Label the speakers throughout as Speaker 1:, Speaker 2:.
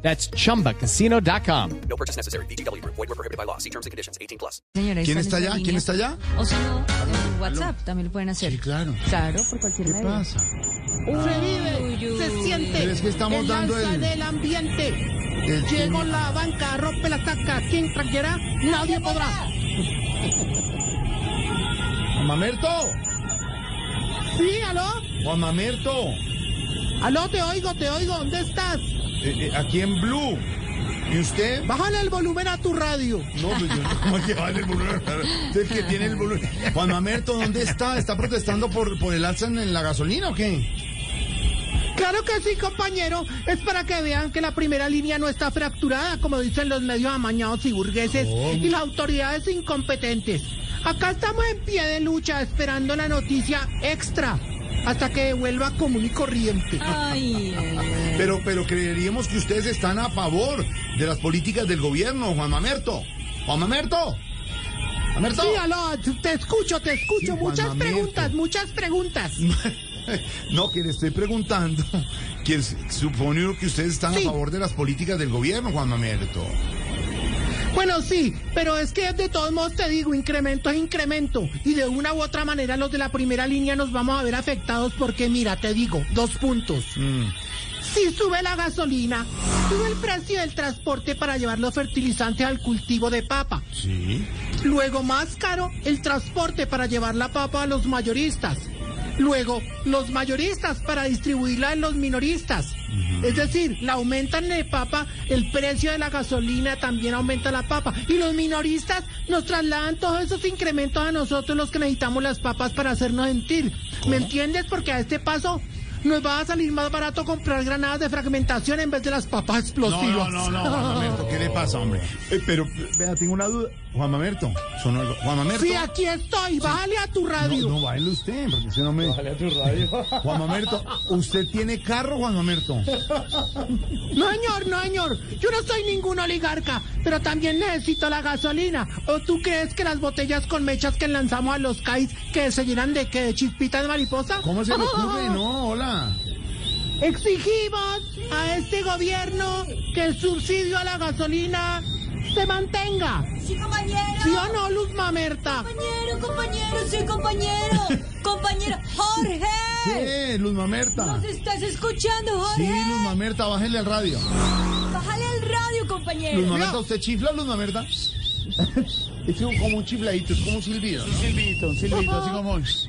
Speaker 1: That's chumbacasino.com.
Speaker 2: No purchase necessary. BGW. Void were prohibited by law. See terms and conditions. 18 plus.
Speaker 3: Señora,
Speaker 4: ¿Quién
Speaker 3: en
Speaker 4: está
Speaker 3: esa
Speaker 4: allá?
Speaker 3: línea.
Speaker 4: ¿Quién está allá? Ah,
Speaker 3: O si no, en WhatsApp también lo pueden hacer.
Speaker 4: Sí, claro.
Speaker 3: Claro, por cualquier
Speaker 4: ¿Qué
Speaker 3: medio.
Speaker 4: pasa?
Speaker 5: Se vive, se siente.
Speaker 4: Pero es que estamos
Speaker 5: el
Speaker 4: dando
Speaker 5: alza
Speaker 4: el-
Speaker 5: del ambiente.
Speaker 4: El-
Speaker 5: Llegó la banca, rompe la taca. Quien tranquera, nadie podrá.
Speaker 4: Juan Mamerto,
Speaker 5: Sí, aló.
Speaker 4: Juan Mamerto,
Speaker 5: Aló, te oigo, te oigo. ¿Dónde estás?
Speaker 4: eh, eh, aquí en Blue. ¿Y usted?
Speaker 5: Bájale el volumen a tu radio.
Speaker 4: No, pues yo no voy a llevar el volumen. Usted es que tiene el volumen. Juan Mamerto, ¿dónde está? ¿Está protestando por, por el alza en, en la gasolina o qué?
Speaker 5: Claro que sí, compañero. Es para que vean que la primera línea no está fracturada, como dicen los medios amañados y burgueses
Speaker 4: Oh.
Speaker 5: y las autoridades incompetentes. Acá estamos en pie de lucha, esperando la noticia extra, hasta que devuelva común y corriente.
Speaker 3: Ay, ay, ay.
Speaker 4: Pero, pero creeríamos que ustedes están a favor de las políticas del gobierno, Juan Mamerto. Juan Mamerto. Mamerto.
Speaker 5: Sí, aló, te escucho, te escucho.
Speaker 4: Sí,
Speaker 5: muchas
Speaker 4: Juan Mamerto.
Speaker 5: preguntas, muchas preguntas.
Speaker 4: No, que le estoy preguntando que es- supone uno que ustedes están
Speaker 5: Sí.
Speaker 4: a favor de las políticas del gobierno, Juan Mamerto.
Speaker 5: Bueno, sí, pero es que de todos modos te digo, incremento es incremento. Y de una u otra manera los de la primera línea nos vamos a ver afectados porque mira, te digo, dos puntos. Si sube la gasolina, sube el precio del transporte para llevar los fertilizantes al cultivo de papa.
Speaker 4: Sí.
Speaker 5: Luego más caro el transporte para llevar la papa a los mayoristas. Luego los mayoristas para distribuirla a los minoristas. Es decir, la aumentan de papa, el precio de la gasolina también aumenta la papa. Y los minoristas nos trasladan todos esos incrementos a nosotros los que necesitamos las papas para hacernos sentir. ¿Me entiendes? Porque a este paso... Nos va a salir más barato comprar granadas de fragmentación en vez de las papas
Speaker 4: No,
Speaker 5: explosivas.
Speaker 4: no, no, no, Juan Mamerto, ¿qué le pasa, hombre? Eh, pero, eh, vea, tengo una duda. Juan Mamerto, sonó algo. Juan Mamerto.
Speaker 5: Sí, aquí estoy. Bájale a tu radio.
Speaker 4: no, no baile usted, porque si no me. Bájale a tu radio. Juan Mamerto, ¿usted tiene carro, Juan Mamerto?
Speaker 5: No, señor, no, señor. Yo no soy ningún oligarca, pero también necesito la gasolina. ¿O tú crees que las botellas con mechas que lanzamos a los CAIs que se llenan de qué? ¿Chispitas de mariposa?
Speaker 4: ¿Cómo se le ocurre? No, hola.
Speaker 5: Pues. Exigimos a este gobierno que el subsidio a la gasolina se mantenga.
Speaker 6: Sí, compañero.
Speaker 5: ¿Sí o no, Luz Mamerta?
Speaker 6: Compañero, compañero, sí, compañero. compañero, Jorge.
Speaker 4: ¿Qué, Luz Mamerta?
Speaker 6: ¿Nos estás escuchando,
Speaker 4: Sí,
Speaker 6: Jorge?
Speaker 4: Luz Mamerta, bájele al radio.
Speaker 6: Bájale al radio, compañero.
Speaker 4: Luz Mamerta, ¿usted chifla, Luz Mamerta? Es como un chifladito, es como un silbido. Un silbito, un silbito, así como. Sí.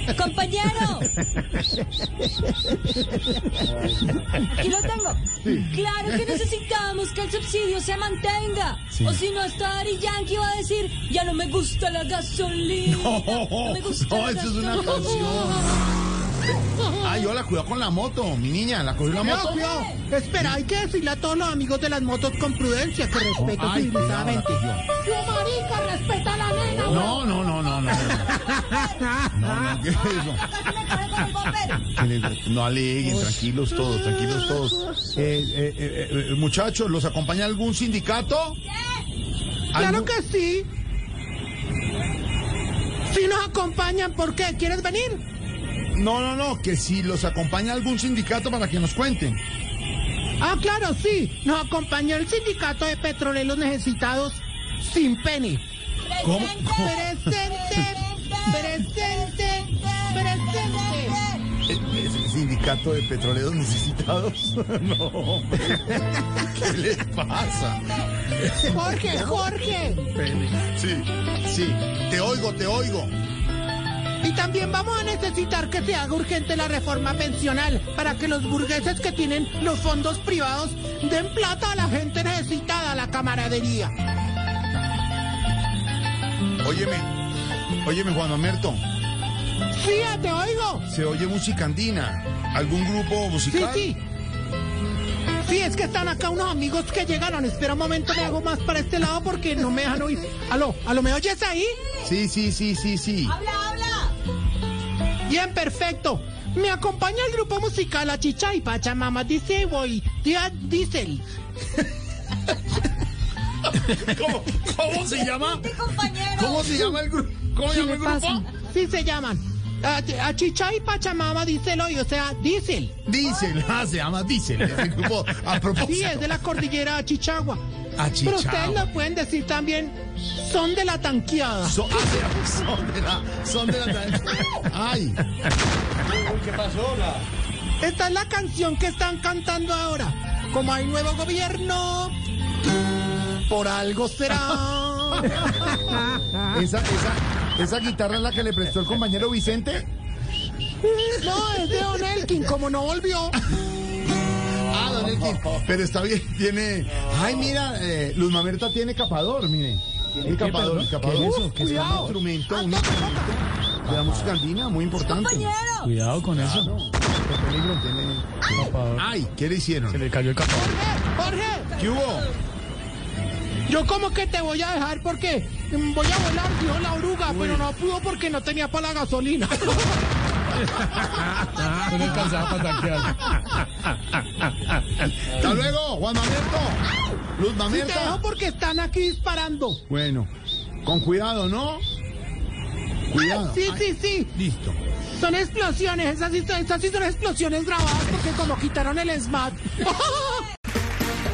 Speaker 6: compañero. Aquí lo tengo. Claro que necesitamos que el subsidio se mantenga. O si no, hasta Ari Yankee va a decir, ya no me gusta la gasolina.
Speaker 4: Oh,
Speaker 6: No, me gusta
Speaker 4: no,
Speaker 6: la
Speaker 4: Oh, eso es una
Speaker 6: gasolina".
Speaker 4: canción. Ay, hola, cuidado con la moto, mi niña, la cogió la
Speaker 5: No,
Speaker 4: moto.
Speaker 5: cuidado. Espera, hay que decirle a todos los amigos de las motos con prudencia que respeto
Speaker 4: Ay, cuidado, la
Speaker 5: civilizadamente.
Speaker 4: cogió.
Speaker 5: ¡Yo, marica, respeta a la nena!
Speaker 4: No, no, no, no, no. No, no, no, ¿qué es eso?
Speaker 6: Casi me cae con el papel.
Speaker 4: Que les- No aleguen, tranquilos todos, tranquilos todos. Eh, eh, eh, eh, muchachos, ¿los acompaña algún sindicato?
Speaker 5: Claro
Speaker 4: ¿Algún-
Speaker 5: que sí. Si nos acompañan, ¿por qué? ¿Quieres venir?
Speaker 4: No, no, no, que si los acompaña algún sindicato para que nos cuenten.
Speaker 5: Ah, claro, sí. Nos acompañó el sindicato de petroleros necesitados sin pene.
Speaker 4: ¿Cómo?
Speaker 5: Presente, presente, presente.
Speaker 4: Eh, sindicato de petroleros necesitados.
Speaker 7: No, ¿qué le pasa?
Speaker 5: Jorge, Jorge.
Speaker 4: Sí, sí, te oigo, te oigo.
Speaker 5: Y también vamos a necesitar que se haga urgente la reforma pensional para que los burgueses que tienen los fondos privados den plata a la gente necesitada, a la camaradería.
Speaker 4: Óyeme, óyeme Juan Mamerto,
Speaker 5: Sí, ya te oigo.
Speaker 4: se oye música andina. ¿Algún grupo
Speaker 5: Sí,
Speaker 4: musical?
Speaker 5: sí. Sí, es que están acá unos amigos que llegaron. Espera un momento, me hago más para este lado porque no me dejan oír. Aló, aló, ¿me oyes ahí?
Speaker 4: sí, sí, sí, sí, sí.
Speaker 8: ¡Habla, habla!
Speaker 5: Bien, perfecto. Me acompaña el grupo musical La Chicha y Pachamama Dice Boy, Día Diesel.
Speaker 7: ¿Cómo, cómo se llama?
Speaker 8: ¡Este compañero!
Speaker 7: ¿Cómo se llama el grupo? ¿Cómo se
Speaker 9: ¿Qué
Speaker 7: llama
Speaker 9: le
Speaker 7: el grupo?
Speaker 9: pasa?
Speaker 5: Sí se llaman. A Chicha y Pachamama Diesel hoy, o sea, Diesel.
Speaker 7: Diesel, ah, se llama Diesel. ese grupo, a propósito.
Speaker 5: Sí, es de la cordillera Achichagua.
Speaker 7: Achichagua.
Speaker 5: Pero ustedes lo pueden decir también, son de la tanqueada.
Speaker 7: Son, ah, se llama- son de la. Son de la. Ay.
Speaker 5: Esta es la canción que están cantando ahora. Como hay nuevo gobierno, por algo será.
Speaker 7: Ah.
Speaker 4: ¿Esa, esa, ¿Esa guitarra es la que le prestó el compañero Vicente?
Speaker 5: No, es de Don Elkin, como no volvió.
Speaker 7: Ah, don Elkin.
Speaker 4: Pero está bien, tiene... Ay, mira, eh, Luz Mamerta tiene capador, mire. Tiene capador,
Speaker 7: perdón?
Speaker 4: capador.
Speaker 7: ¿Qué es eso?
Speaker 4: Uf,
Speaker 7: ¿Qué es Ah,
Speaker 4: cuidado.
Speaker 7: eso?
Speaker 4: un instrumento, un instrumento de la música andina, muy importante.
Speaker 8: ¡Compañero!
Speaker 7: Cuidado con eso.
Speaker 4: Qué peligro tiene capador. Ay, ¿qué le hicieron?
Speaker 7: Le cayó el capó.
Speaker 5: Jorge,
Speaker 4: ¿Qué hubo?
Speaker 5: yo como que te voy a dejar porque mm, voy a volar, dijo la oruga, pero no pudo porque no tenía para la gasolina.
Speaker 7: No le alcanzaba para tanquear.
Speaker 4: Hasta luego, Juan Mamerto. Luz
Speaker 5: Y te dejo
Speaker 4: Mamerta.
Speaker 5: porque están aquí disparando.
Speaker 4: Bueno, con cuidado, ¿no? Cuidado.
Speaker 5: Sí, sí, sí.
Speaker 4: Listo.
Speaker 5: Son explosiones, esas sí, son- esas sí son explosiones grabadas porque como quitaron el SMAT.